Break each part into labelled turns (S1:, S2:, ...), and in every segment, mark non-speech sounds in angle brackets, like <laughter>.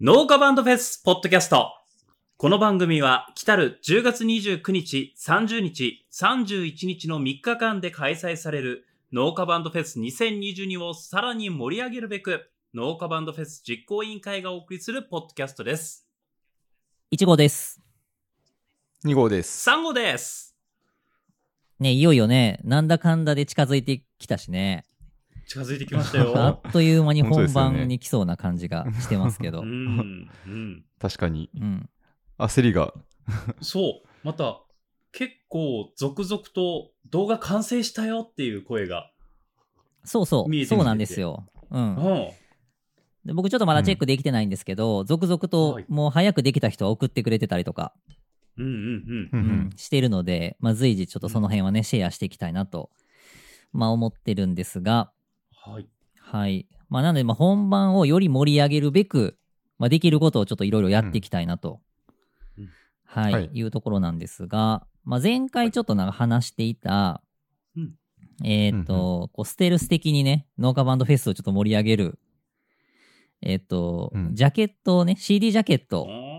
S1: 農家バンドフェスポッドキャスト。この番組は、来たる10月29日、30日、31日の3日間で開催される農家バンドフェス2022をさらに盛り上げるべく、農家バンドフェス実行委員会がお送りするポッドキャストです。
S2: 1号です。
S3: 2号です。
S1: 3号です。
S2: ね、いよいよね、なんだかんだで近づいてきたしね、
S1: 近づいてきました
S2: <laughs> あ
S1: よ。
S2: っという間に
S3: 本当
S2: 本
S3: ですよね
S2: 番に来そうな感じがしてますけ
S1: う、
S2: ど。うん
S1: うん。
S3: 確かに。
S2: ん。
S3: 焦りが。
S1: そう。また、結構続々と動画完成したよっていう声が。
S2: そうそ
S1: 見え
S2: う、
S1: てきて
S2: そうなんですよ。うん。
S1: ん。
S2: で僕ちょっとまだチェックできてないんですけど、続々と
S1: はい
S2: もう早くできた人は送ってくれてたりとか、
S1: うんうん
S3: う
S2: うん
S3: うん
S2: ん、しているので、まあ、随時ちょっとその辺はね、シェアしていきたいなと、まあ思ってるんですが、
S1: うん。はい。
S2: はい。まあなので、まあ本番をより盛り上げるべく、まあできることをちょっといろいろやっていきたいなと、
S1: うんうん
S2: はい、
S3: はい
S2: い、うところなんですが、まあ前回ちょっとなんか話していた、
S1: うん
S2: えっ、と、こうステルス的にね、農家バンドフェスをちょっと盛り上げる、えっ、と、
S3: うん
S2: ジャケットをね、CD ジャケット、
S1: あー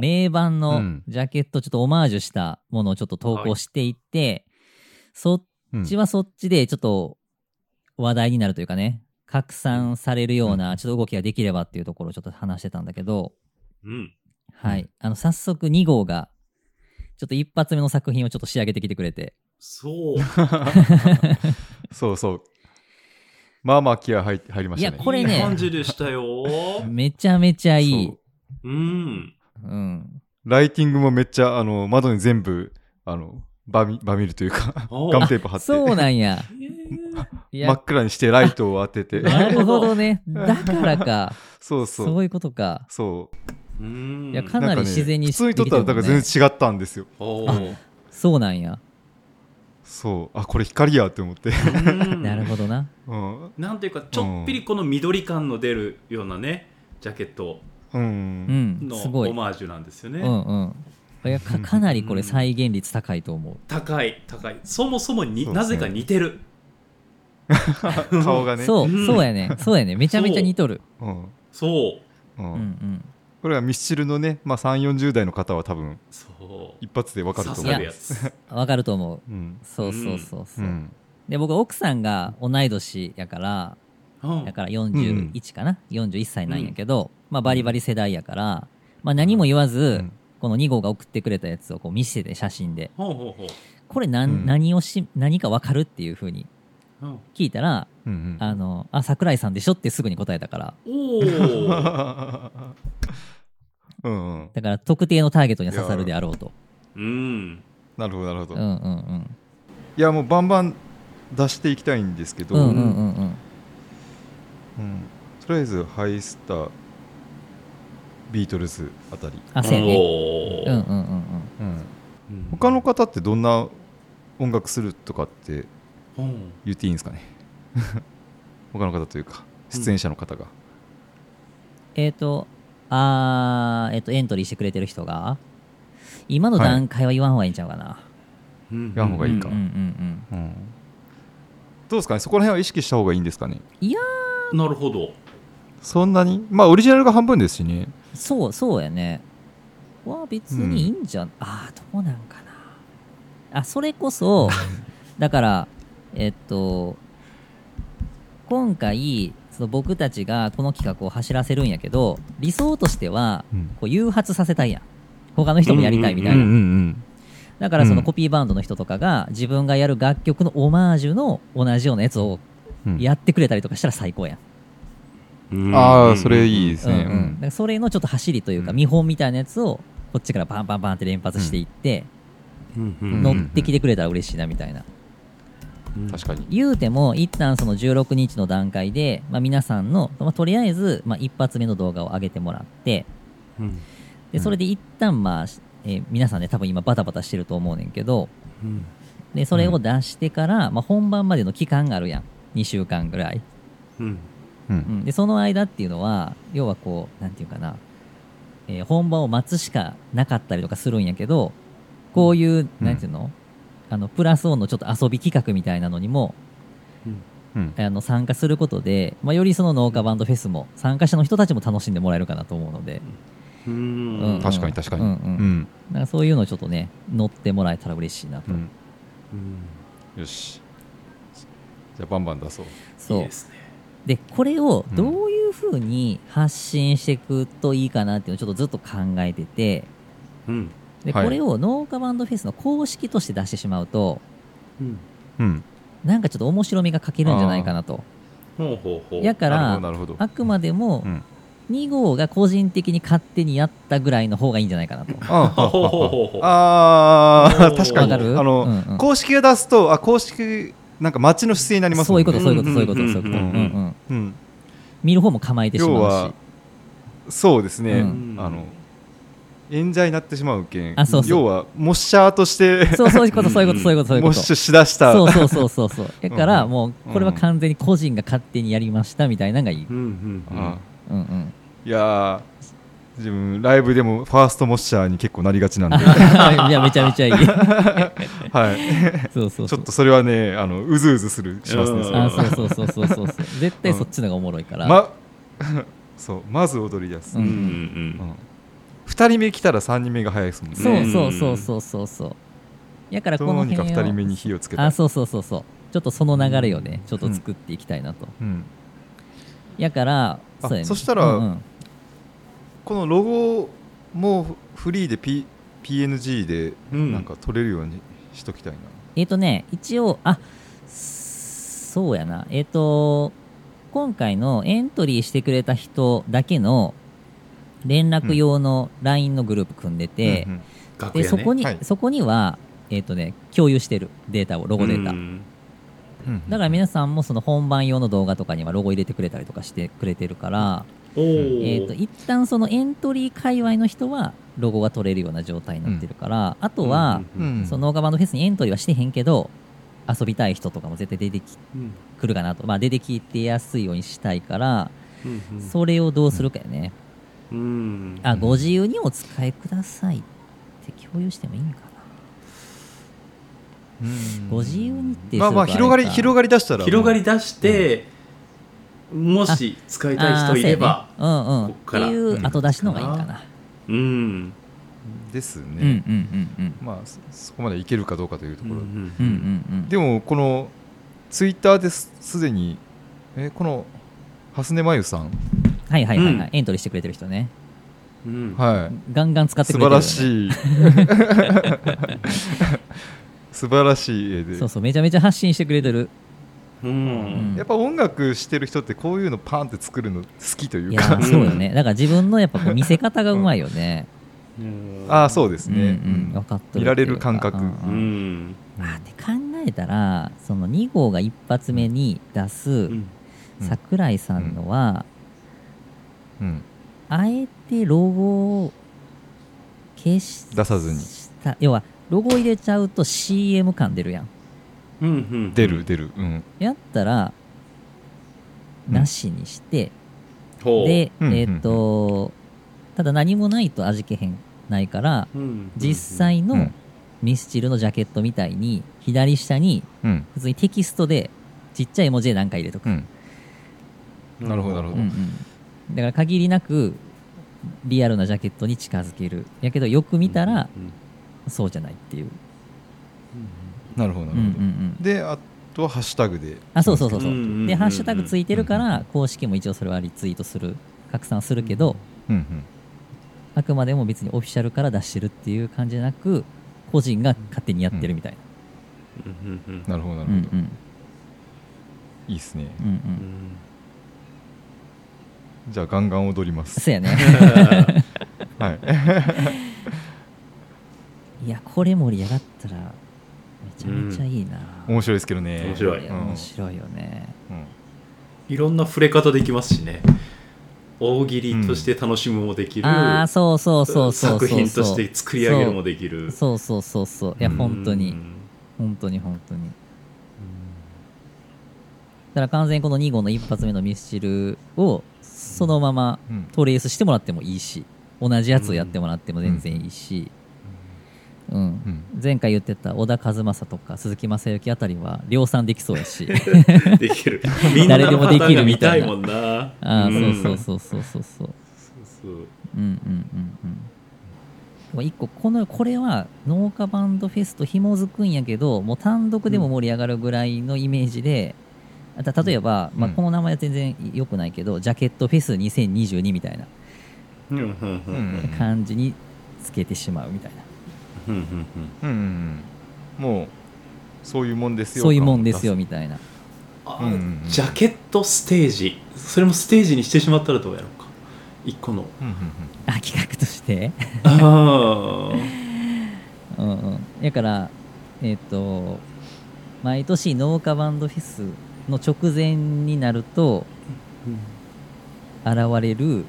S2: 名盤
S3: う
S2: の
S3: ん
S2: ジャケットちょっとオマージュしたものをちょっと投稿していって、そっ
S3: うん
S2: そっちはそっちでちょっと話題になるというかね拡散されるようなちょっと動きができればっていうところをちょっと話してたんだけど、
S1: うん。
S2: はい、
S3: うん
S2: あの早速2号がちょっと一発目の作品をちょっと仕上げてきてくれて
S1: そう。
S3: そうそう。まあまあ気合入入りましたね。
S2: いやこれね
S1: いい感じでしたよ。
S2: めちゃめちゃいい、
S3: そう
S1: うん。
S2: ん、
S3: ライティングもめっちゃ、あの、窓に全部、あの、バミバミるというか、
S1: おう
S3: ガムテープ貼って、
S2: そうなん
S3: <laughs>
S2: や
S1: へー
S2: い
S3: 真
S2: や
S3: っ暗にしてライトを当てて、
S2: <laughs> なるほどねだからか
S3: そう
S2: そ
S3: <laughs> そうう。
S2: いうことか
S3: そう
S1: うん。
S2: いやか
S3: ん
S2: なり
S3: ね
S2: 自然に
S3: 普通に撮ったら、だから全
S2: できて
S3: 然違ったんですよ。
S1: おう
S2: るもんねそうなんや、
S3: そう。あ、これ光やって思って。 <laughs>
S1: うん
S2: なるほどな
S3: うん。
S1: なんていうか、ちょっぴりこの緑感の出るようなね、ジャケット
S3: う。
S2: うんん
S1: の
S2: すごい
S1: オマージュなんですよね。
S2: うんうんいやかかなりこれ再現率高いと思う
S1: 高い、高い。そもそもに、
S3: そう
S1: なぜか似てる。
S3: <laughs> 顔がね。
S2: そう、
S1: うん
S2: そうやね。そうやね。めちゃめちゃ似とる。
S3: うん。
S1: そう。
S3: うん
S2: うんうん。
S3: これはミスチルのね、まあ3、40代の方は多分、
S1: そう。
S3: 一発でわかると
S1: 刺
S3: 思
S1: さ
S3: う
S1: る。やつ。
S2: わかると思う。
S3: うん。
S2: そうそうそうそうう。
S3: ん。
S2: で、僕、奥さんが同い年やから、
S1: うん
S2: だから41かな、41歳なんやけど、まあ、バリバリ世代やから、まあ、何も言わず、
S3: うん
S2: この2号が送ってくれたやつをこう見せて、写真で。
S1: ほうほうほ
S2: これ何、
S3: うん
S2: 何をし、何かわかるっていうふうに
S1: う
S3: <laughs>
S1: うん。
S2: 聞いたら、
S3: うんうん
S2: あの、あ、桜井さんでしょってすぐに答えたから。
S1: おー
S3: <laughs> うんうん、
S2: だから、特定のターゲットには刺さるであろうと。
S1: うん。
S3: なるほどなるほど、
S2: うんう
S3: い
S2: んうん。
S3: やもうバンバン出していきたいんですけど、
S2: うんうんうんうん。
S3: うんとりあえずハイスタービートルズあたり、
S2: あ、そうやね。
S1: お
S2: うんうん
S1: ー
S2: うんうん。
S3: 他の方ってどんな音楽するとかって
S1: うん
S3: 言っていいんですかね <laughs> 他の方というか出演者の方が、
S2: えっ、と、あー、えっ、と、エントリーしてくれてる人が、今の段階は言わんほうがいいんちゃうかな。
S1: うん
S3: やんほうがいい
S2: うん
S3: か
S2: うんうん。
S3: うんどうですかねそこら辺は意識した方がいいんですかね
S1: なるほど。
S3: そんなにまあオリジナルが半分ですしね
S2: そう、そうやね。は別にいいんじゃ、ん、あー、どうなんかな。あ、それこ <laughs> そ、だから、えっ、と、今回、その僕たちがこの企画を走らせるんやけど、理想としては、
S3: うん
S2: こう誘発させたいやん。他の人もやりたいみたいな。
S1: うん
S3: うん
S2: だからその
S3: うん
S2: コピーバンドの人とかが自分がやる楽曲のオマージュの同じようなやつを
S3: うん
S2: やってくれたりとかしたら最高やん。
S3: ああそれいいです
S2: うんう
S3: ね
S2: んだからそれのちょっと走りというか
S3: うん
S2: 見本みたいなやつをこっちからバンバンバンって連発していって
S1: うんう
S3: うん
S2: 乗ってきてくれたら嬉しいなみたいな。
S1: うん
S3: 確かに
S2: 言うても一旦その16日の段階でまあ皆さんのまあとりあえずまあ一発目の動画を上げてもらって
S1: うん
S2: でそれで一旦まあえー皆さんね多分今バタバタしてると思うねんけど
S1: うん
S2: でそれを出してからまあ本番までの期間があるやん2週間ぐらい。
S1: うん
S3: うん
S2: うん、でその間っていうのは要はこうなんていうかな、えー本番を待つしかなかったりとかするんやけどこういう、
S3: うん
S2: なんていうのあのプラスオンのちょっと遊び企画みたいなのにも、
S1: うん
S3: うん
S2: あの参加することで、まあ、よりその農家バンドフェスも参加者の人たちも楽しんでもらえるかなと思うので、
S1: う
S2: うん
S1: ん
S3: 確かに確かに
S2: うんう
S3: うんん
S2: なんかそういうのちょっとね乗ってもらえたら嬉しいなと、
S3: うん
S1: うん
S3: よしじゃあバンバン出そう
S1: い
S2: そ
S1: いうですね
S2: でこれをどういうふうに発信していくといいかなっていうのをちょっとずっと考えてて
S1: うん
S2: で
S3: はい
S2: これを農家バンドフェスの公式として出してしまうと
S1: うん
S3: うん
S2: なんかちょっと面白みが欠けるんじゃないかなと
S1: ほうほうほう
S2: やか
S3: なるほ
S2: ら
S3: どなるほど
S2: あくまでも
S3: うん
S2: 2号が個人的に勝手にやったぐらいの方がいいんじゃないかなと。
S3: <laughs> あ
S1: ほうほうほうほう
S3: あ
S1: お
S3: ー
S1: ー
S3: 確か
S2: わ
S3: に
S2: か
S3: あ
S2: る
S3: の、
S2: うんうん
S3: 公式が出すとあ公式なんか街の姿勢になります
S2: そ
S3: も
S2: うんい
S3: ね
S2: うことそういうことそういうことそういうこと、
S1: うん
S3: うんう
S2: う
S3: ん
S2: んうん
S3: うん、
S2: 見る方も構えてし
S3: 要
S2: まう
S3: は
S2: し
S3: そうですね、
S2: うん
S3: あの演者になってしまうけん
S2: あそうそう
S3: 要はモッシャーとして
S2: そうそういうことそういうことそういうことそういう
S3: モ
S2: こ
S3: ッ
S2: と
S3: シュしだした
S2: そうそうそうそうそうだか
S3: う
S2: ら
S3: ん
S2: もうこれは完全に個人が勝手にやりましたみたいなのがいい、う
S1: うんんうんうん
S3: あ
S2: うん、
S3: いやー自分ライブでもファーストモッシャーに結構なりが
S2: <laughs>
S3: ちなんで、
S2: いやめちゃめちゃいい
S3: はい、
S2: そうそう
S3: ち
S2: そ
S3: ょっ
S2: う
S3: とそれはねあのうずうずするしますね
S1: うん
S3: それ
S2: あ
S3: は
S2: そうそうそうそうそうそう絶対そっちのがおもろいから、
S3: ま <laughs> そうまず踊り出す、
S2: う
S1: うんん
S2: う
S1: うん
S3: うんん2人目来たら3人目が早いですもんね
S2: そうそうそうそうそうそうやからこ
S3: ど
S2: の
S3: うに
S2: 辺
S3: か
S2: を
S3: 2人目に火をつけた
S2: あそうそうそうそうちょっとその流れをねちょっと作っていきたいなと、
S3: うん、
S2: やから
S3: あ
S2: うやね
S3: そしたら
S2: うんうん
S3: このロゴもフリーで、P、PNG で
S1: うん
S3: なんか取れるようにしときたいな、
S2: えっ、とね、一応、あそうやな、えっ、と、今回のエントリーしてくれた人だけの連絡用の LINE のグループ組んでて、
S3: うんうん
S1: 楽
S2: で
S1: 屋
S2: そこ
S1: に
S2: に、
S3: はい
S2: そこには、えっ、とね、共有してるデータを、ロゴデータ。
S3: うんうん
S2: だから皆さんもその本番用の動画とかにはロゴ入れてくれたりとかしてくれてるから、
S1: おお
S2: えっと一旦そのエントリー界隈の人はロゴが取れるような状態になってるから、あとは、
S3: うん
S2: その農家バンドフェスにエントリーはしてへんけど遊びたい人とかも絶対出てき
S1: うん
S2: くるかなと、まあ、出てきてやすいようにしたいから、
S1: うんうん
S2: それをどうするかよね、
S1: うん
S2: あ
S3: うん
S2: ご自由にお使いくださいって共有してもいいんか
S3: うん
S2: ご自由にって
S3: まあまあ
S2: する
S3: 広
S2: と
S3: が
S2: あれ
S3: り
S2: か
S3: 広がり出したら
S1: 広がり出してもし使い
S2: な
S1: たい人いれば
S2: あーそうやね
S1: こっから
S2: うんうんっていう後出しの方がいいか
S1: うん
S2: な、
S1: うん
S3: ですね、
S2: うん、うんうんうん
S3: まあそそこまでいけるかどうかというと
S1: う
S3: ころ、
S1: ん
S2: うんうんうん
S3: でもこのツイッターですすでにえこの蓮根真由さん、
S2: はいはいはいはい、
S1: うん
S2: エントリーしてくれてる人ね
S1: うん
S3: は
S2: ガンガン使っ
S3: い、
S2: て
S3: 素
S2: くれてる
S3: 晴
S2: よ
S3: ら
S2: ね
S3: しい素晴らしい絵で
S2: そうそうめちゃめちゃ発信してくれてる
S1: う
S2: うん
S1: ん
S3: やっぱ音楽してる人ってこういうのパンって作るの好きとい
S2: いうや
S3: か
S2: ーそうよねだから自分のやっぱこう見せ方がうまいよね、
S1: うん
S3: <laughs> ああそうですね、
S2: うんうん、
S3: うん
S2: 分かっとる
S3: 見られる感覚
S2: っていうか
S1: う
S2: うんうん
S1: ん
S2: まあって考えたらその2号が一発目に出す
S1: うん
S2: 桜井さんのは、
S3: うん
S2: あえてロゴを消し
S3: 出さずに
S2: した要はロゴ入れちゃうと CM 感出るやん
S1: うんうん
S3: 出る出るうん
S2: やったら
S3: うん
S2: なしにして、
S1: ほう
S2: で、
S3: うん
S2: えっ、と、ただ何もないと味気へんないから
S1: うん
S2: 実際
S3: う
S2: の
S3: ん
S2: ミスチルのジャケットみたいに左下に
S3: うん
S2: 普通にテキストでちっちゃい絵文字で何か入れとく、
S3: うんなるほどなるほど
S2: うんうんだから限りなくリアルなジャケットに近づけるやけどよく見たら
S1: うん
S2: そうじゃないっていう、
S3: なるほどな
S2: う
S3: る
S2: んう
S3: ほ
S2: ん
S3: ど、
S2: うん、
S3: であとはハッシュタグで
S2: あそうそうそうそう,、
S1: うんうんうん
S2: でハッシュタグついてるから公式も一応それはリツイートする拡散するけど、
S3: うんうん
S2: あくまでも別にオフィシャルから出してるっていう感じじゃなく個人が勝手にやってるみたい
S1: うんうん
S3: なるほどな
S2: な、
S3: る
S2: う
S3: ほど、
S2: んうん
S3: いいっすね
S2: うんうん
S3: じゃあガンガン踊ります
S2: そうやね <laughs>
S3: はい <laughs>
S2: いやこれ盛り上がったらめちゃめちゃいいな、
S3: 面白いですけどね
S1: 面白い
S2: いや
S3: うん
S2: 面白いよね、
S3: うん
S1: いろんな触れ方できますしね大喜利として楽しむもできる、
S2: ああそうそうそうそうそうそう
S1: 作品として作り上げるもできる
S2: そうそうそうそういや本当に本当に本当にだから完全にこの2号の一発目のミスチルをそのまま
S3: うん
S2: トレースしてもらってもいいし同じやつをやってもらっても全然いいし、うん
S3: うん、
S2: 前回言ってた小田和正とか鈴木正幸あたりは量産できそうやし <laughs>
S1: できる。みんな
S2: 誰で
S1: の
S2: も
S1: パター
S2: で
S1: ン
S2: き
S1: が
S2: る
S1: 見
S2: み
S1: た
S2: た
S1: い
S2: いな
S1: もんな。
S2: ああ
S1: ん
S2: そうそうそうそうそうそう
S1: そうそう
S2: うんうんうんうんでも一個このこれは農家バンドフェスと紐づくんやけどもう単独でも盛り上がるぐらいのイメージで、あた例えば、まあ、
S3: うん
S2: この名前は全然良くないけど、ジャケットフェス2022みたいな
S1: うんうんうんう
S3: う
S1: ん
S3: ん
S2: 感じにつけてしまうみたいな、
S1: うんうんうん
S3: うんうんうんもうそういうもんですよ
S2: そういうもんですよみたいな
S1: あ
S3: うんうんうん
S1: ジャケットステージそれもステージにしてしまったらどうやろうか一個の
S3: うんうんうん
S2: あ企画として
S1: あ
S2: うんうんだからえっ、と毎年農家バンドフェスの直前になると現れる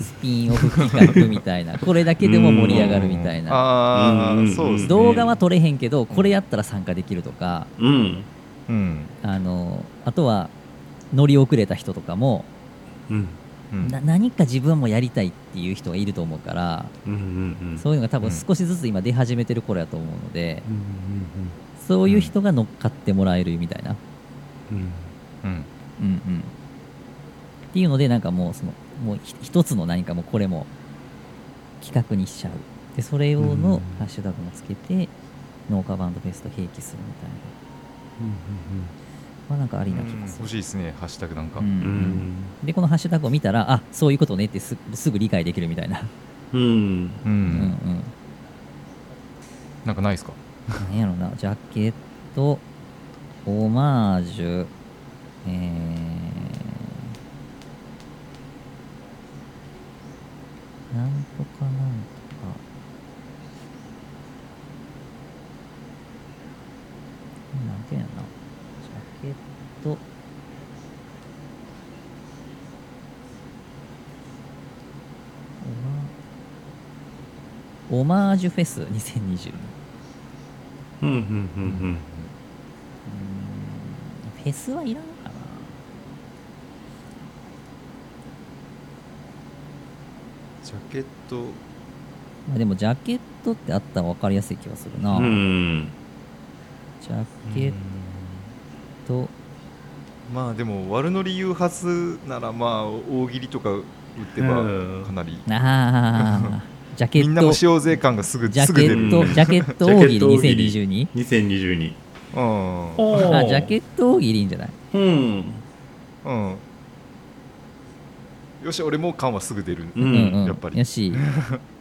S2: スピンオフ企画みたいなこれだけでも盛り上がるみたいな
S3: ああ、
S1: うんうんうん
S3: そうですね
S2: 動画は撮れへんけどこれやったら参加できるとか
S1: ーうん
S3: うん
S2: あのあとは乗り遅れた人とかも、
S1: うん
S3: うん
S2: な何か自分もやりたいっていう人がいると思うから、
S1: うんうんうん
S2: そういうのが多分
S3: うん
S2: 少しずつ今出始めてる頃やと思うので、
S1: うん
S2: そういう人が乗っかってもらえるみたいな。
S1: うんうん
S3: うん
S2: うんうん、っていうのでなんかもうそのもうひ一つの何かもうこれも企画にしちゃうでそれ用
S1: うん
S2: のハッシュタグもつけて農家バンドフェスと併記するみたいなまあなんかありな気がす
S3: 欲
S2: る
S3: しいですねハッシュタグなんか、
S2: うんう
S1: うんうん
S2: んでこのハッシュタグを見たらあそういうことねってすすぐ理解できるみたいな
S1: うんうん
S3: うん
S2: うんうん
S3: なんかないですか
S2: 何やろなジャケットオマージュえー、なんとかなんとかなんていうんやろなジャケットオマオマージュフェス2020
S1: うんうんうん
S2: うーんフェスはいらんかな
S3: ジャケット
S2: まあでもジャケットってあったら分かりやすい気がするな、
S1: うんうん
S2: ジャケット
S3: まあでも悪乗り誘発ならまあ大喜利とか打ってば
S1: うん
S3: かなり、
S2: ああジャケ
S3: みん
S2: ッ
S3: なも
S2: ト
S3: しようぜ感がすぐ
S2: ジャ
S3: す
S2: ケ
S3: ぐ出る
S2: ット
S1: うん
S2: ジャケット
S1: ジャケッ
S2: 大喜
S1: ト大喜利
S2: 利
S1: 2022
S3: うん
S1: お
S2: 2022あジャケ
S1: ッ
S2: ット大喜利いいんじゃない
S1: トうん
S3: うんよし俺も感はすぐ出る、
S1: う
S2: うんんうん
S3: やっぱり
S2: やし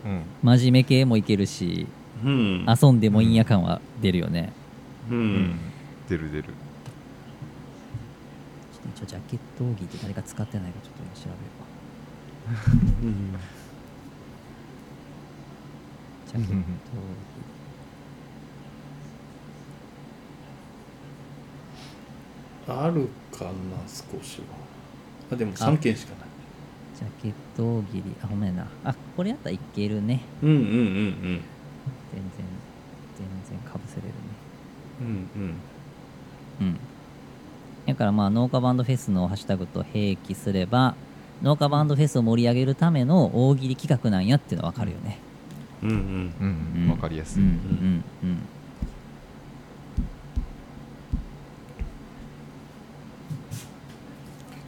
S3: うん
S2: 真面目系もいけるし
S1: うん
S2: 遊んでもいいんや感は出るよね、
S1: う
S3: うん
S1: ん
S3: 出る出る
S2: ちょっと一応ジャケット大喜利って誰か使ってないかちょっと今調べようか
S1: うん
S2: ジャケット
S3: うんうんうん
S1: あるかな少しはあでも
S2: あ
S1: 3件しかない
S2: ジャケット大喜利あほんまやなあこれやったらいけるね
S1: うんうんうん
S2: 全然全然かぶせれるね
S1: うんうんうん
S2: うんだからまあ農家バンドフェスのハッシュタグと併記すれば農家バンドフェスを盛り上げるための大喜利企画なんやっていうのは分かるよね
S1: うんうん
S3: うん
S2: うん
S3: わかりやすい、
S2: うんうんうん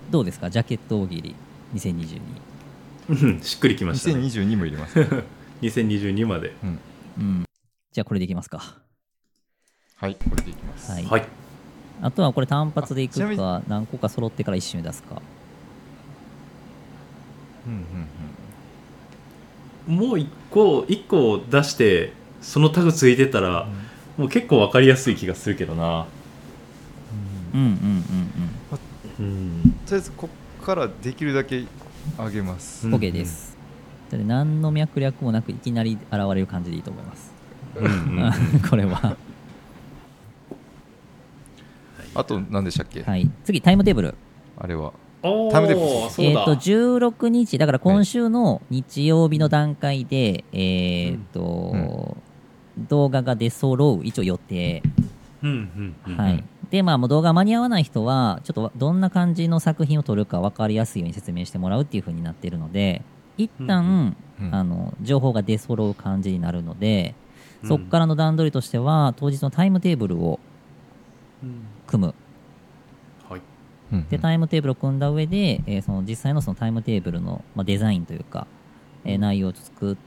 S2: どうですかジャケット大喜利2022
S1: うんしっくりきました、ね、
S3: 2022も入れます、ね、
S1: 2022まで
S2: <laughs> うんじゃあこれでいきますか
S3: はいこれでいきます、
S2: はい
S1: はい
S2: あとはこれ単発でい
S3: あちなみ
S2: く
S3: に
S2: か何個か揃ってから一周出すか
S3: うんうん
S1: もう1個一個出してそのタグついてたら
S3: うんうん
S1: もう結構わかりやすい気がするけどな
S2: うんうんうん
S1: うん
S3: とりあえずこっからできるだけ上げます、
S2: うん OK です、それで何の脈略もなくいきなり現れる感じでいいと思います、
S1: うんうん、
S2: <laughs> これは
S3: あと何でしたっけ、
S2: はい次タイムテーブル
S3: あれは
S1: おー
S3: タイムテーブルです
S1: そうだ、
S2: えっと16日だから今週の日曜日の段階で、えーっと、動画が出揃う一応予定、
S1: うんうんうん、
S2: はい、でまあもう動画間に合わない人はちょっとどんな感じの作品を撮るか分かりやすいように説明してもらうっていう風になってるので一旦、
S3: うんうん
S2: あの情報が出揃う感じになるので、
S1: うん
S2: そっからの段取りとしては当日のタイムテーブルを
S1: うん
S2: 組む
S1: はい
S3: うん
S2: でタイムテーブルを組んだ上で、えーその実際のそのタイムテーブルの、まあ、デザインというか、えー内容を作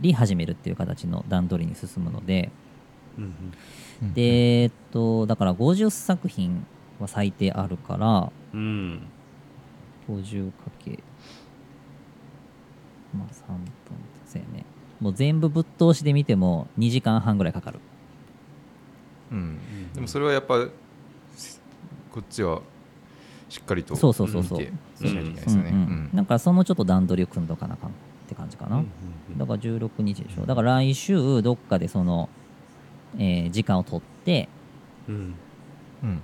S2: り始めるっていう形の段取りに進むので
S1: うん
S3: うん
S2: で、えっとだから50作品は最低あるから
S1: うんうん、
S2: 50かけまあ3分ですよねもう全部ぶっ通しで見ても2時間半ぐらいかかる
S3: うん、でもそれはやっぱこっちはしっかりと
S2: そうそうそうそう
S3: 見てしないといけないですよね
S2: うんうんだからそのちょっと段取りを組んどかなあかんって感じかな、だから16日でしょだから来週どっかでその、えー時間を取って
S1: うん
S3: うん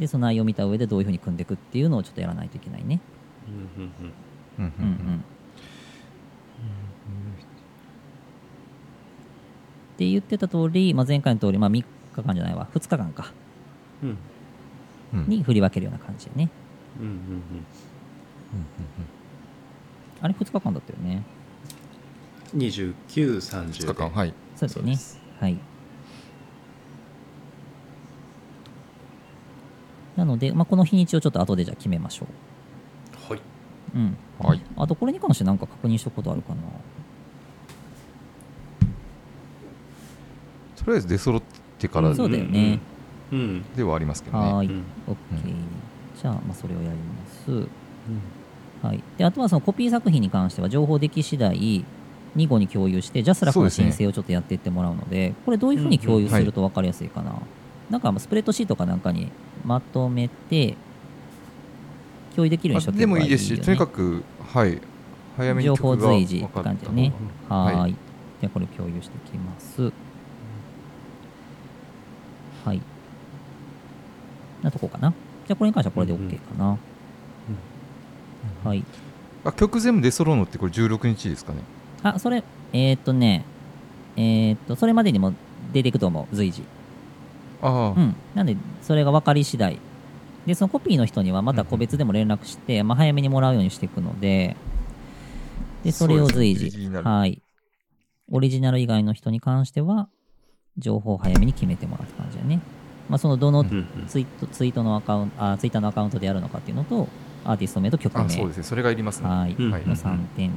S2: でその内容を見た上でどういうふうに組んでいくっていうのをちょっとやらないといけないね
S1: うんうんうん
S3: うんうん
S2: うんうんって言ってた通り、まあ、前回の通り、まあ、3日間じゃないわ2日間か
S1: うん
S3: うんうん
S2: に振り分けるような感じでね
S1: うんうん
S2: あれ2日間だったよね
S1: うん2930
S3: 二日間はい
S2: そうですね
S1: す
S2: はいなので、まあ、この日にちをちょっと後でじゃあ決めましょ
S1: はい、
S2: ううん
S3: はい
S2: あとこれに関してなんか確認したことあるかな
S3: とりあえず出揃ってから
S2: うんそうだよね
S1: うんうん
S3: ではありますけど
S2: は
S3: ね
S2: ー
S1: うん
S2: い、
S1: うん
S2: OK、
S3: う
S2: じゃあ、まあ、それをやります、はい、であとはそのコピー作品に関しては情報でき次第2号に共有して JASRAC
S3: そう
S2: の
S3: ですね
S2: 申請をちょっとやっていってもらうのでこれどういうふうに共有すると分かりやすいかな、なんかスプレッドシートかなんかにまとめて共有できるようにしと
S3: あ
S2: けば
S3: でもいいです
S2: よ
S3: し
S2: ね
S3: とにかくはい早めに
S2: 情報
S3: 曲が
S2: 随時って
S3: 分か
S2: 感
S3: っ
S2: じ
S3: た
S2: で
S3: 方
S2: ね
S3: が
S2: はーい
S3: はい
S2: じゃあこれ共有していきますはいなとこかなじゃあこれに関してはこれで OK かな、はい
S3: あ曲全部出揃うのってこれ16日ですかね
S2: あそれえー、っとねえー、っとそれまでにも出ていくと思う随時
S3: あ
S2: うんなんでそれが分かり次第でそのコピーの人にはまた個別でも連絡して、まあ、早めにもらうようにしていくのででそれを随
S3: そ
S2: 時
S3: うですねギリギリになる
S2: はいオリジナル以外の人に関しては情報を早めに決めてもらうって感じだねまあそのどの
S1: うんうん
S2: ツイートツイートのアカウントあツイッターのアカウントでやるのかっていうのとアーティスト名と曲
S3: ああ
S2: 名
S3: そうですねそれがいりますね
S2: はい、
S1: うん
S3: はい
S2: の3点